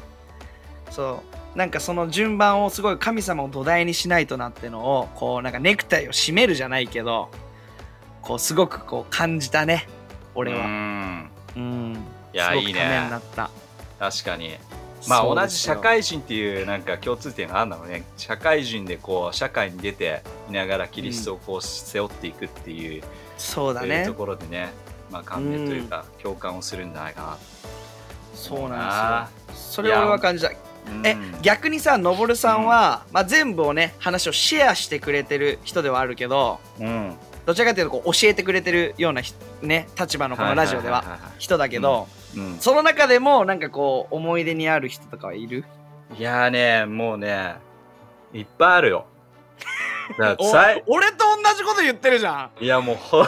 Speaker 2: そうなんかその順番をすごい神様を土台にしないとなってのをこうなんかネクタイを締めるじゃないけどこうすごくこう感じたね俺
Speaker 1: う
Speaker 2: は
Speaker 1: ん。
Speaker 2: うん
Speaker 1: いや
Speaker 2: すご
Speaker 1: いい
Speaker 2: く
Speaker 1: ね
Speaker 2: ためになった
Speaker 1: 確かに。まあ
Speaker 2: そう
Speaker 1: 同
Speaker 2: で
Speaker 1: じ
Speaker 2: すよ
Speaker 1: 社会人っていうなんか共通点があるんだろうね社会人でこう社会に出ていながらキリストをこう背負っていくっていう,、
Speaker 2: そうだね
Speaker 1: ところでね、まあ、関連というか共感をするんじゃないか
Speaker 2: そうなん
Speaker 1: な
Speaker 2: ですよそれを俺は感じた
Speaker 1: うん
Speaker 2: え逆にさのぼるさんは、まあ、全部をね話をシェアしてくれてる人ではあるけど
Speaker 1: うん
Speaker 2: どちらかというとこう教えてくれてるようなひ、ね、立場のこのラジオで
Speaker 1: い
Speaker 2: はい
Speaker 1: い
Speaker 2: 人だけど、
Speaker 1: いはいうん
Speaker 2: その中でもなんかこう思い出にある人とかはいる
Speaker 1: いやーねもうねいっぱいあるよだから
Speaker 2: お
Speaker 1: さい
Speaker 2: 俺と同じこと言ってるじゃ
Speaker 1: いやもうほん
Speaker 2: ん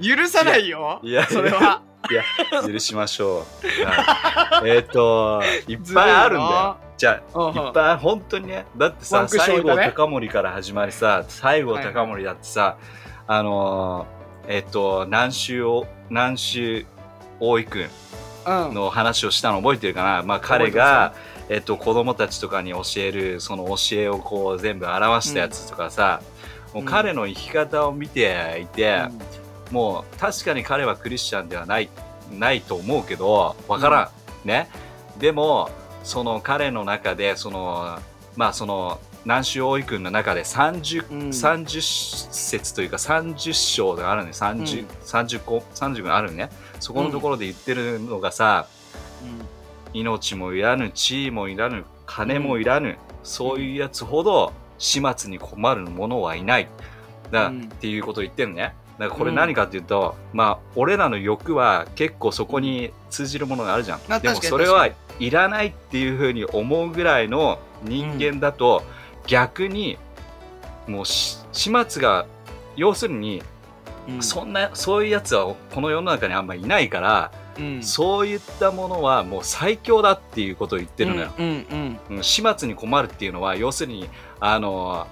Speaker 2: 許さないよ
Speaker 1: いやいや
Speaker 2: それは
Speaker 1: 許しましょうはいえっ、といっぱいあるんだよじゃあ
Speaker 2: うんうん
Speaker 1: いっぱい本当にねだって
Speaker 2: ワ
Speaker 1: さ
Speaker 2: ンクッション
Speaker 1: 西
Speaker 2: 置いた
Speaker 1: 郷
Speaker 2: ね
Speaker 1: 隆盛から始まりさ西郷隆盛だってさ、あのーえっと南州を南州大井君
Speaker 2: うん
Speaker 1: の話をしたの覚えてるかな、まあ、彼が、えっと、子供たちとかに教えるその教えをこう全部表したやつとかさ、も
Speaker 2: うん
Speaker 1: う彼の生き方を見ていて、もう確かに彼はクリスチャンではないないと思うけどわからん、ねでもその彼の中でそのまあその南州大井君の中で30、
Speaker 2: うん
Speaker 1: 30節というか30章があるね30、
Speaker 2: うん
Speaker 1: 30個30があるねそこのところで言ってるのがさ、命もいらぬ地位もいらぬ金もいらぬ、そういうやつほど始末に困る者はいないだ、
Speaker 2: うん
Speaker 1: っていうことを言ってるねだからこれ何かっていうと、まあ俺らの欲は結構そこに通じるものがあるじゃん、
Speaker 2: まあ
Speaker 1: でも
Speaker 2: 確かに
Speaker 1: それ
Speaker 2: 確か
Speaker 1: は
Speaker 2: に
Speaker 1: いらないっていうふうに思うぐらいの人間だと、逆にもうし始末が要するに、
Speaker 2: うん
Speaker 1: そんなそういうやつはこの世の中にあんまりいないから、
Speaker 2: うん
Speaker 1: そういったものはもう最強だっていうことを言ってるのよ。
Speaker 2: うんうん
Speaker 1: うん始末に困るっていうのは要するにあの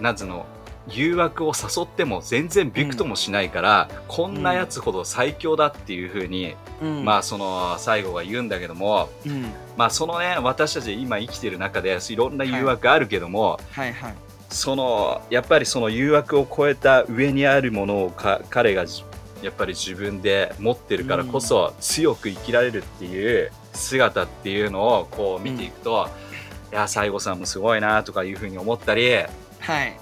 Speaker 1: なんつうの誘惑を誘っても全然びくともしないから、こんなやつほど最強だっていうふうに、
Speaker 2: うん
Speaker 1: まあその最後は言うんだけども
Speaker 2: うん
Speaker 1: まあそのね私たち今生きてる中でいろんな誘惑あるけども、
Speaker 2: はいはい
Speaker 1: そのやっぱりその誘惑を超えた上にあるものをか彼がじやっぱり自分で持ってるからこそ強く生きられるっていう姿っていうのをこう見ていくと、いや西郷さんもすごいなとかいうふうに思ったり
Speaker 2: はい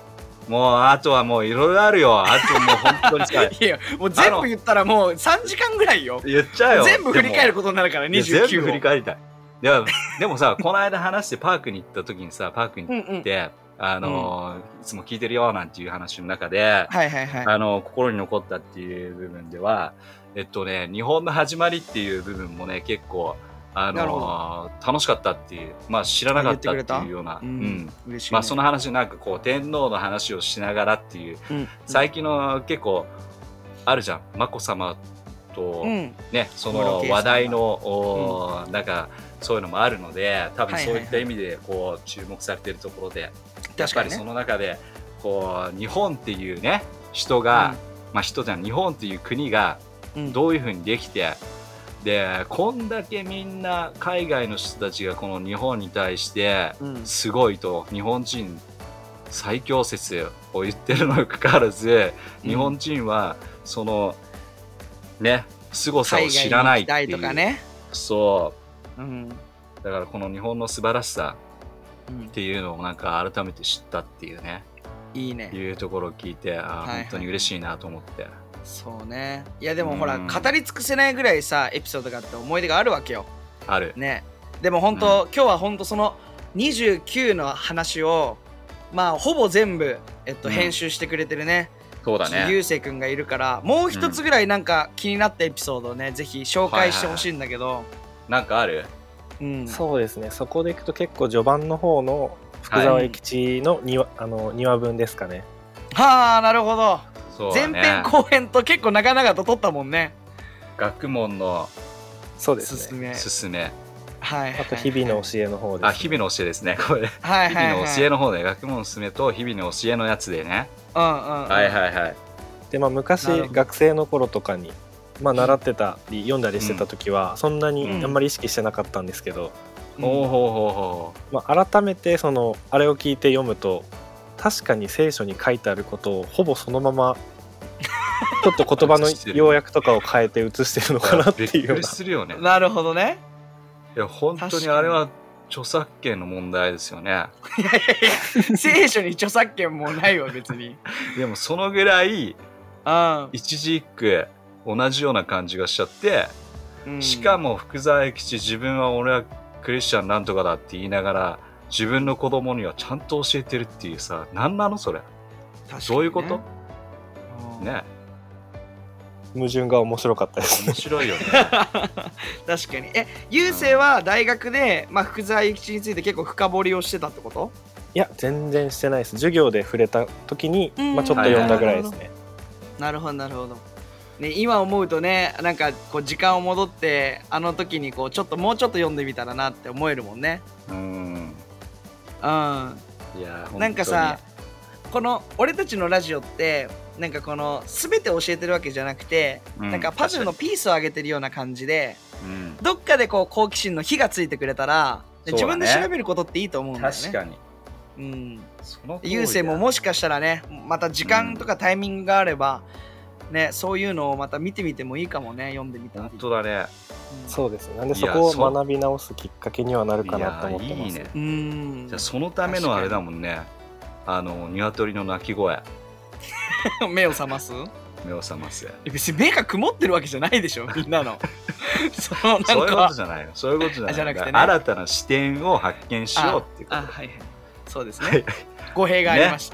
Speaker 1: もうあとはもういろいろあるよあともう本当に さ
Speaker 2: いやもう全部言ったらもう3時間ぐらいよ
Speaker 1: 言っちゃうよ
Speaker 2: 全部振り返
Speaker 1: る
Speaker 2: ることになるから
Speaker 1: 全部
Speaker 2: 29を
Speaker 1: 振り返りたいでもでもさこ の間話してパークに行った時にさパークに行
Speaker 2: うんうん
Speaker 1: って、あのーいつも聞いてるよなんていう話の中で、
Speaker 2: はいはいはい
Speaker 1: あの心に残ったっていう部分では、えっとね、日本の始まりっていう部分もね、結構、あ
Speaker 2: なるほ
Speaker 1: の楽しかったっていう、まあ、知らなかったっていうような、
Speaker 2: う
Speaker 1: うんん
Speaker 2: 嬉しいね
Speaker 1: まあ、その話、なんかこう、天皇の話をしながらっていう、
Speaker 2: うん
Speaker 1: 最近の結構、あるじゃん、眞子さまと、
Speaker 2: うん
Speaker 1: ね、そ
Speaker 2: 小室
Speaker 1: の
Speaker 2: 圭さんが
Speaker 1: 話題の、おーなんか、そういうのもあるので、多分
Speaker 2: はいは
Speaker 1: そ
Speaker 2: いは
Speaker 1: う
Speaker 2: い
Speaker 1: いった意味で、こう、注目されてるところで、やっ
Speaker 2: 確
Speaker 1: ぱ
Speaker 2: か
Speaker 1: り
Speaker 2: にね
Speaker 1: その中でこう日本っていうね人が、まあ人じゃん日本っていう国が
Speaker 2: うん
Speaker 1: どういうふうにできてでこんだけみんな海外の人たちがこの日本に対して
Speaker 2: うん
Speaker 1: すごいと日本人最強説を言ってるのにかかわらず
Speaker 2: うん
Speaker 1: 日本人はそのね凄さを知らないってい
Speaker 2: 海外に行きた
Speaker 1: う
Speaker 2: とかね
Speaker 1: そ
Speaker 2: うん
Speaker 1: うだからこの日本の素晴らしさ
Speaker 2: うん
Speaker 1: っていうのをなんか改めて知ったっていうね
Speaker 2: いいね
Speaker 1: いうところを聞いてあ
Speaker 2: はい
Speaker 1: ー
Speaker 2: はい
Speaker 1: 本当に嬉しいなと思って
Speaker 2: そうねいやでもほら
Speaker 1: うん
Speaker 2: 語り尽くせないぐらいさエピソードがあって思い出があるわけよ
Speaker 1: ある
Speaker 2: ねでも本当、今日は本当その29の話をまあほぼ全部、えっと、
Speaker 1: うん
Speaker 2: 編集してくれてるね、
Speaker 1: そうだ
Speaker 2: ゆ
Speaker 1: ね
Speaker 2: うせいくんがいるからもう一つぐらいなんか気になったエピソードをねぜひ紹介してほしいんだけど、
Speaker 1: なんかある
Speaker 2: うん
Speaker 3: そうですねそこでいくと結構序盤の方の福沢諭吉の2話,、あの2話分ですかね
Speaker 2: はあなるほど、
Speaker 1: そうだ
Speaker 2: 前
Speaker 1: ね
Speaker 2: 編後編と結構長々と撮ったもんね
Speaker 1: 学問の
Speaker 3: そうです
Speaker 2: 進
Speaker 3: ね
Speaker 2: め
Speaker 1: すすめ
Speaker 2: はい
Speaker 3: あと日々の教えの方です、ね、
Speaker 1: あ日々の教えですねこれ
Speaker 2: はい
Speaker 1: 日
Speaker 2: はい
Speaker 1: 々
Speaker 2: はい
Speaker 1: の教えの方で学問のすすめと日々の教えのやつでね
Speaker 2: うんう
Speaker 1: は
Speaker 2: ん
Speaker 1: いはいはい
Speaker 3: でまあ、昔
Speaker 2: なるほど
Speaker 3: 学生の頃とかに、まあ、習ってたり読んだりしてた時は、そんな
Speaker 1: うん
Speaker 3: にあんまり意識してなかったんですけど、
Speaker 2: うん
Speaker 1: ほうほうほうほ
Speaker 3: まあ、改めてそのあれを聞いて読むと確かに聖書に書いてあることをほぼそのま まちょっと言葉の要約とかを変えて写してるの
Speaker 1: う
Speaker 3: かなって
Speaker 1: び
Speaker 3: いう
Speaker 1: っ
Speaker 3: よ
Speaker 1: く
Speaker 3: う
Speaker 1: り
Speaker 3: な
Speaker 1: するよね
Speaker 2: なるほ どね
Speaker 1: いや本当にあれは著作権の問題ですよね
Speaker 2: 聖書に著作権もないわ別に
Speaker 1: でもそのぐらい
Speaker 2: うん
Speaker 1: 一字一句同じような感じがしちゃって、
Speaker 2: うん
Speaker 1: しかも福沢諭吉自分は俺はクリスチャンなんとかだって言いながら自分の子供にはちゃんと教えてるっていうさ何なのそれ
Speaker 2: 確かにね
Speaker 1: どういうこと
Speaker 2: うん
Speaker 1: ね
Speaker 3: 矛盾が面白かったです
Speaker 1: 面白いよね
Speaker 2: 確かにえゆうせいは大学で、まあ、福沢諭吉について結構深掘りをしてたってこと
Speaker 3: いや全然してないです授業で触れた時に、
Speaker 2: うん
Speaker 3: まあ、ちょっと読んだぐらいですね
Speaker 2: なるほどなるほど、ね、今思うとねなんかこう時間を戻ってあの時にこうちょっともうちょっと読んでみたらなって思えるもんね
Speaker 1: うん
Speaker 2: うん
Speaker 1: いや
Speaker 2: なんかさこの俺たちのラジオってなんかこの全て教えてるわけじゃなくて、
Speaker 1: うん
Speaker 2: なんかパズルのピースを上げてるような感じで
Speaker 1: 本当にうん
Speaker 2: どっかでこう好奇心の火がついてくれたら、
Speaker 1: そうだね
Speaker 2: 自分で調べることっていいと思うんだよね
Speaker 1: 確かに
Speaker 2: うん
Speaker 1: その通りだ
Speaker 2: 郵政ももしかしたらねまた時間とかタイミングがあれば、ねそういうのをまた見てみてもいいかもね読んでみた
Speaker 1: 本
Speaker 2: ら
Speaker 1: 当だね
Speaker 3: そうですねなんでそこを学び直すきっかけにはなるかなと思って
Speaker 1: いや
Speaker 3: ま
Speaker 1: いい
Speaker 3: す
Speaker 1: ね
Speaker 2: うーん
Speaker 1: じゃあそのためのあれだもんねあの鶏の鳴き声
Speaker 2: 目を覚ます
Speaker 1: 目を覚ます
Speaker 2: え別に目が曇ってるわけじゃない でしょみんなのそうなんか
Speaker 1: そういうことじゃないよそういうことじゃない
Speaker 2: じゃなくてね
Speaker 1: 新たな視点を発見しようっていうこと
Speaker 2: あはいはいそうです
Speaker 1: はい
Speaker 2: ね語弊がありまし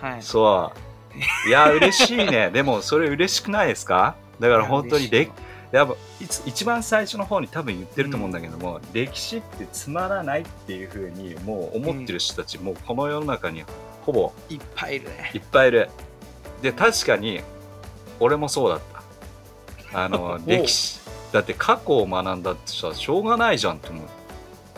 Speaker 2: た、はい
Speaker 1: そう。いや、嬉しいね。でも、それ嬉しくないですかだから本当に
Speaker 2: いや
Speaker 1: れ
Speaker 2: 嬉しい
Speaker 1: やっぱいつ一番最初の方に多分言ってると思うんだけども、歴史ってつまらないっていうふうにもう思ってる人たち、もうこの世の中にほぼ
Speaker 2: いっぱいいるね
Speaker 1: いっぱいいる。で、確かに俺もそうだった。あ の
Speaker 3: お
Speaker 1: 歴史だって過去を学んだってさしょうがないじゃんと思う。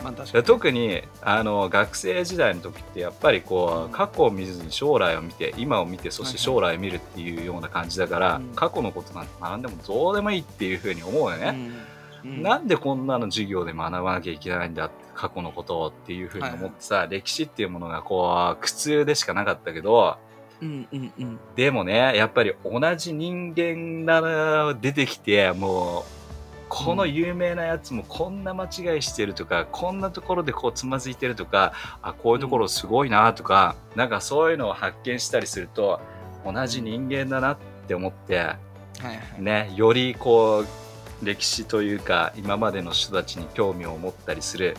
Speaker 2: まあ確か
Speaker 1: で
Speaker 2: に
Speaker 1: 特にあの学生時代の時ってやっぱりこ
Speaker 2: うん
Speaker 1: う過去を見ずに将来を見て今を見てそし
Speaker 2: はいは
Speaker 1: て
Speaker 2: い
Speaker 1: 将来を見るっていうような感じだから、
Speaker 2: うん
Speaker 1: 過去のことなんて学んでもどうでもいいっていうふうに思うよね、
Speaker 2: うんうん
Speaker 1: なんでこんなの授業で学ばなきゃいけないんだって過去のことをっていうふうに思ってさ、歴史っていうものがこう苦痛でしかなかったけど
Speaker 2: うんうんうん
Speaker 1: でもねやっぱり同じ人間なら出てきてもうこの有名なやつもこんな間違いしてるとか、こんなところでこうつまずいてるとかあこういうところすごいなとか、なんかそういうのを発見したりすると同じ人間だなって思って
Speaker 2: はいはい、
Speaker 1: ねよりこう歴史というか今までの人たちに興味を持ったりする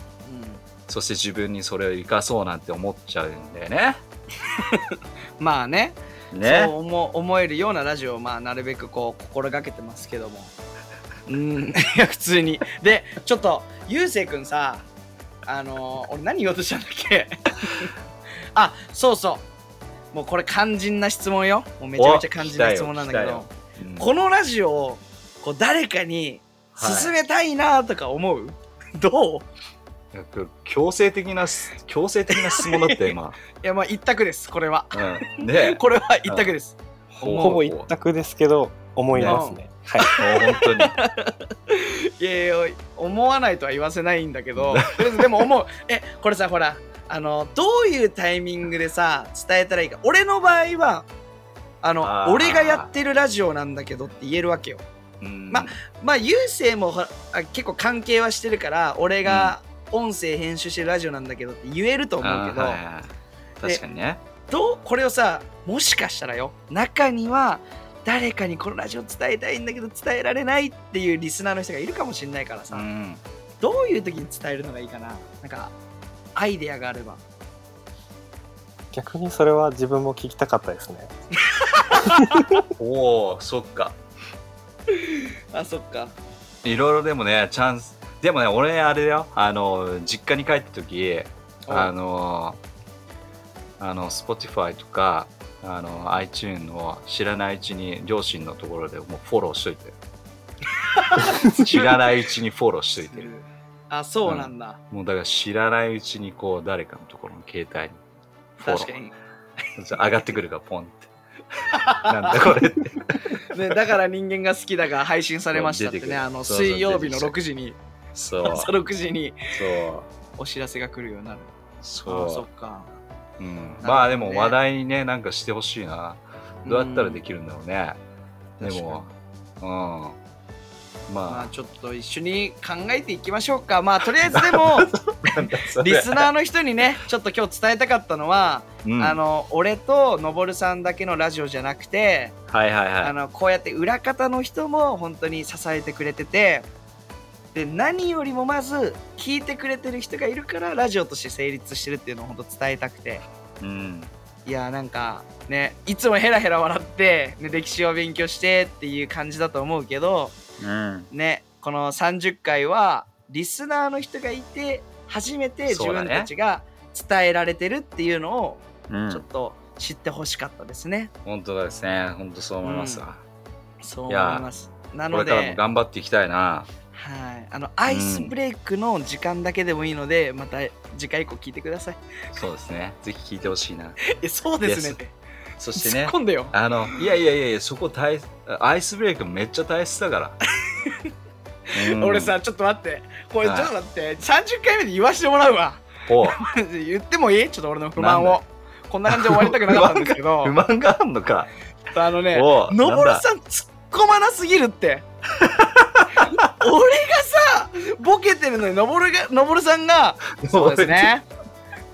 Speaker 1: そして自分にそれを生かそうなんて思っちゃうんだよね。
Speaker 2: うん、まあね
Speaker 1: ね
Speaker 2: そう思う思えるようなラジオを、まあ、なるべくこう心がけてますけどもうんいや普通にでちょっとゆうせいくんさあのー俺何言おうとしたんだっ けあそうそうもうこれ肝心な質問よもうめちゃめちゃ肝心な質問なんだけ
Speaker 1: お聞きたい
Speaker 2: ど
Speaker 1: ようん
Speaker 2: このラジオをこう誰かに
Speaker 1: はい
Speaker 2: 勧めたいなとか思う、どう
Speaker 1: いや強制的なす強制的な質問だったよ今、
Speaker 2: いやまあ一択ですこれは
Speaker 1: うん、で
Speaker 2: これは一択です
Speaker 3: ほぼ一択ですけど思いますね、はい
Speaker 1: もう本当に
Speaker 2: いやいや思わないとは言わせないんだけどとりあえずでも思うえこれさほらあのどういうタイミングでさ伝えたらいいか俺の場合はあの
Speaker 1: あー
Speaker 2: 俺がやってるラジオなんだけどって言えるわけよ
Speaker 1: うん
Speaker 2: ままあ郵政もほらあ結構関係はしてるから俺が、音声編集してるラジオなんだけどって言えると思うけど、
Speaker 1: あーはいはいはい確かにね
Speaker 2: どうこれをさもしかしたらよ中には誰かにこのラジオ伝えたいんだけど伝えられないっていうリスナーの人がいるかもしれないから
Speaker 1: う
Speaker 2: さ、
Speaker 1: ん
Speaker 2: どういう時に伝えるのがいいかななんかアイデアがあれば
Speaker 3: 逆にそれは自分も聞きたかったですね
Speaker 1: おおそっか
Speaker 2: あそっか
Speaker 1: いろいろでもねチャンスでもね俺あれだよあの実家に帰った時あのあの Spotify とかあの iTune を知らないうちに両親のところでもうフォローしとい てる知らないうちにフォローしといてる
Speaker 2: あそうなんだ、
Speaker 1: もうだから知らないうちにこう誰かのところの携帯にフォロー
Speaker 2: 確かに、
Speaker 1: 上がってくるからポンってなんだこれって
Speaker 2: ね、だから人間が好きだが配信されましたって
Speaker 1: 出てく
Speaker 2: ね
Speaker 1: る
Speaker 2: あの
Speaker 1: そうそう
Speaker 2: 水曜日
Speaker 1: 出
Speaker 2: の
Speaker 1: てき
Speaker 2: 6時に
Speaker 1: そう
Speaker 2: 朝6時に
Speaker 1: そう
Speaker 2: お知らせが来るようになるあ
Speaker 1: そう
Speaker 2: あそっか
Speaker 1: うん
Speaker 2: ほどね
Speaker 1: まあでも話題にねなんかしてほしいなどうやったらで
Speaker 2: き
Speaker 1: きるんだろうね、
Speaker 2: うん
Speaker 1: でもうん
Speaker 2: まあ
Speaker 1: ま
Speaker 2: ちょっと一緒に考えていきましょうかまあとりあえず でも
Speaker 1: あ
Speaker 2: リスナーの人にねちょっと今日伝えたかったのは、
Speaker 1: うん
Speaker 2: あの俺とのぼるさんだけのラジオじゃなくて、
Speaker 1: はいはいはい
Speaker 2: あのこうやって裏方の人も本当に支えてくれててで何よりもまず聞いてくれてる人がいるからラジオとして成立してるっていうのを本当伝えたくて
Speaker 1: うん
Speaker 2: いやーなんかねいつもヘラヘラ笑って、ね、歴史を勉強してっていう感じだと思うけど
Speaker 1: うん
Speaker 2: ねこの30回はリスナーの人がいて初めて自
Speaker 1: そうだ
Speaker 2: 分
Speaker 1: ね
Speaker 2: たちが伝えられてるっていうのを
Speaker 1: うん
Speaker 2: ちょっと知ってほしかったですね。
Speaker 1: 本当ですね本当そう思いますわ、
Speaker 2: そう思います。な
Speaker 1: これ
Speaker 2: の
Speaker 1: からも
Speaker 2: で、
Speaker 1: 頑張っていきたいな
Speaker 2: はい、あのアイスブレイクの時間だけでもいいので、また次回以降聞いてくだ さい。
Speaker 1: そうですねぜひ聞いてほしいな
Speaker 2: え、そうです
Speaker 1: Yes
Speaker 2: ねって。
Speaker 1: そして
Speaker 2: 突っ
Speaker 1: ね
Speaker 2: 込んでよ。
Speaker 1: あのいやいやいやいやそこ大アイスブレイクめっちゃ大切だから、 うん
Speaker 2: 俺さ、ちょっと待って。これちょ
Speaker 1: は
Speaker 2: っ
Speaker 1: い
Speaker 2: と待って。30回目で言わしてもらうわ。
Speaker 1: おう
Speaker 2: 言ってもいいちょっと俺の不満
Speaker 1: なん
Speaker 2: を。こんな感じで終わりたくなかったんですけど
Speaker 1: 不、満があんのか
Speaker 2: あのね、
Speaker 1: おう
Speaker 2: のぼる
Speaker 1: なんだ
Speaker 2: さん突っ込まなすぎるって 俺がさボケてるのにのぼるがのぼるさん が「そうですね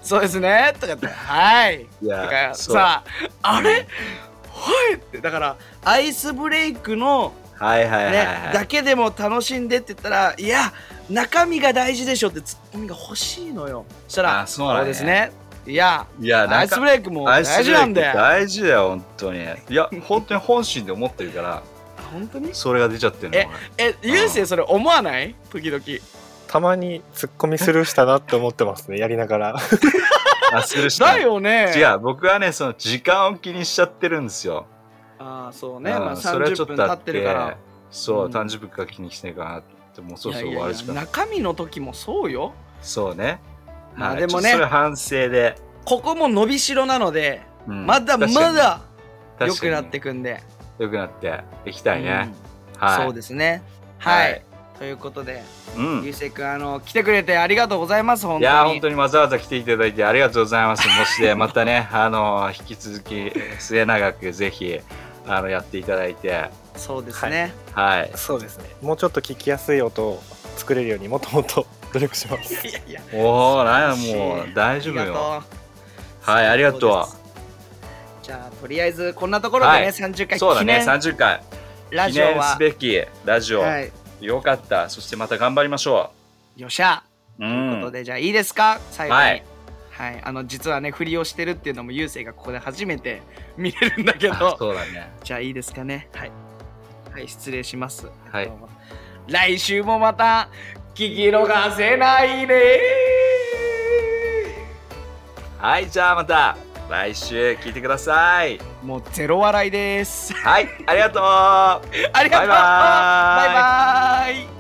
Speaker 2: そうですね」とか言って「はい」
Speaker 1: い
Speaker 2: と
Speaker 1: や
Speaker 2: か
Speaker 1: そう
Speaker 2: さ「あれはい」ってだからアイスブレイクの、
Speaker 1: はいはい
Speaker 2: ね
Speaker 1: はい、はい
Speaker 2: だけでも楽しんでって言ったら「いや中身が大事でしょ」ってツッコミが欲しいのよそしたら
Speaker 1: あ
Speaker 2: 「
Speaker 1: そう
Speaker 2: そ
Speaker 1: な
Speaker 2: うんですね」いや
Speaker 1: いや
Speaker 2: ア
Speaker 1: なん
Speaker 2: イス
Speaker 1: か
Speaker 2: ブレイクも
Speaker 1: ア
Speaker 2: 大
Speaker 1: イスブレイ
Speaker 2: 事
Speaker 1: ク
Speaker 2: なんで
Speaker 1: 大事だよ本当にいや本当に本心で思ってるから
Speaker 2: 本当に
Speaker 1: それが出ちゃってるの俺
Speaker 2: えゆうせいそれ思わない時々
Speaker 3: たまにツッコミスルーしたなって思ってますねやりながら
Speaker 1: あするし
Speaker 2: だ
Speaker 1: ない
Speaker 2: よね
Speaker 1: 違う僕はねその時間を気にしちゃってるんですよ
Speaker 2: ああそうね、
Speaker 1: うん
Speaker 2: まあ
Speaker 1: それはちょ
Speaker 2: 30
Speaker 1: っと
Speaker 2: 分
Speaker 1: あ
Speaker 2: 経ってるから
Speaker 1: そう
Speaker 2: うん
Speaker 1: 30分か気にしてるかなってもうそろそろ
Speaker 2: い
Speaker 1: 終
Speaker 2: やい
Speaker 1: わ
Speaker 2: やい
Speaker 1: る
Speaker 2: や
Speaker 1: 時間
Speaker 2: 中身の時もそうよ
Speaker 1: そうね
Speaker 2: まあ
Speaker 1: はい
Speaker 2: でもね
Speaker 1: ちょっとそれ反省で
Speaker 2: ここも伸びしろなので、
Speaker 1: うん
Speaker 2: まだま
Speaker 1: 確かに
Speaker 2: だ良
Speaker 1: 確か
Speaker 2: く
Speaker 1: に
Speaker 2: なってくんで、
Speaker 1: 良くなっていきたいね
Speaker 2: うん
Speaker 1: はい
Speaker 2: そうですねはい、
Speaker 1: はい
Speaker 2: ということで、
Speaker 1: う
Speaker 2: ゆ
Speaker 1: ん
Speaker 2: うせいくんあの来てくれてありがとうございます本
Speaker 1: いやー
Speaker 2: 当
Speaker 1: 本
Speaker 2: に
Speaker 1: 当にわざわざ来ていただいてありがとうござい ます。もしでまたね、あのー引き続き末永くぜひあのやっていただいて、
Speaker 2: そうですね、
Speaker 1: はい、
Speaker 3: そうですねもうちょっと聞きやすい音を作れるようにもっともっと努力します
Speaker 2: い、やいや
Speaker 1: おお、なん
Speaker 2: 素
Speaker 1: や
Speaker 2: 晴ら
Speaker 1: も
Speaker 2: しいう
Speaker 1: 大
Speaker 2: あ
Speaker 1: 丈
Speaker 2: り
Speaker 1: 夫
Speaker 2: がとう
Speaker 1: よ。はい、ありがと
Speaker 2: そうですじゃあとりあえずこんなところでね、
Speaker 1: はい
Speaker 2: 30
Speaker 1: う。
Speaker 2: 回
Speaker 1: そうだ
Speaker 2: 記
Speaker 1: ね、
Speaker 2: 念
Speaker 1: 30回
Speaker 2: ラ
Speaker 1: 記
Speaker 2: ジオ
Speaker 1: 念す
Speaker 2: は、
Speaker 1: べきラジオ、
Speaker 2: はい、
Speaker 1: よかった。そしてまた頑張りましょ
Speaker 2: よっしゃ
Speaker 1: う。う
Speaker 2: ということ
Speaker 1: ん。
Speaker 2: で、じゃあいいですか最後に、は
Speaker 1: はいい
Speaker 2: あの実はね振りをしてるっていうのもゆうせいがここで初めて見れるんだけ
Speaker 1: あ
Speaker 2: ど
Speaker 1: そうだね。
Speaker 2: じゃあいいですかねはい、はい、失礼します、
Speaker 1: はい
Speaker 2: どうも来週もまた聞き逃せないね
Speaker 1: はい、じゃあまた来週聞いてください。
Speaker 2: もうゼロ笑いです
Speaker 1: はい、ありがとう。
Speaker 2: ありが
Speaker 1: バ
Speaker 2: とう
Speaker 1: イバーイ
Speaker 2: バイバーイ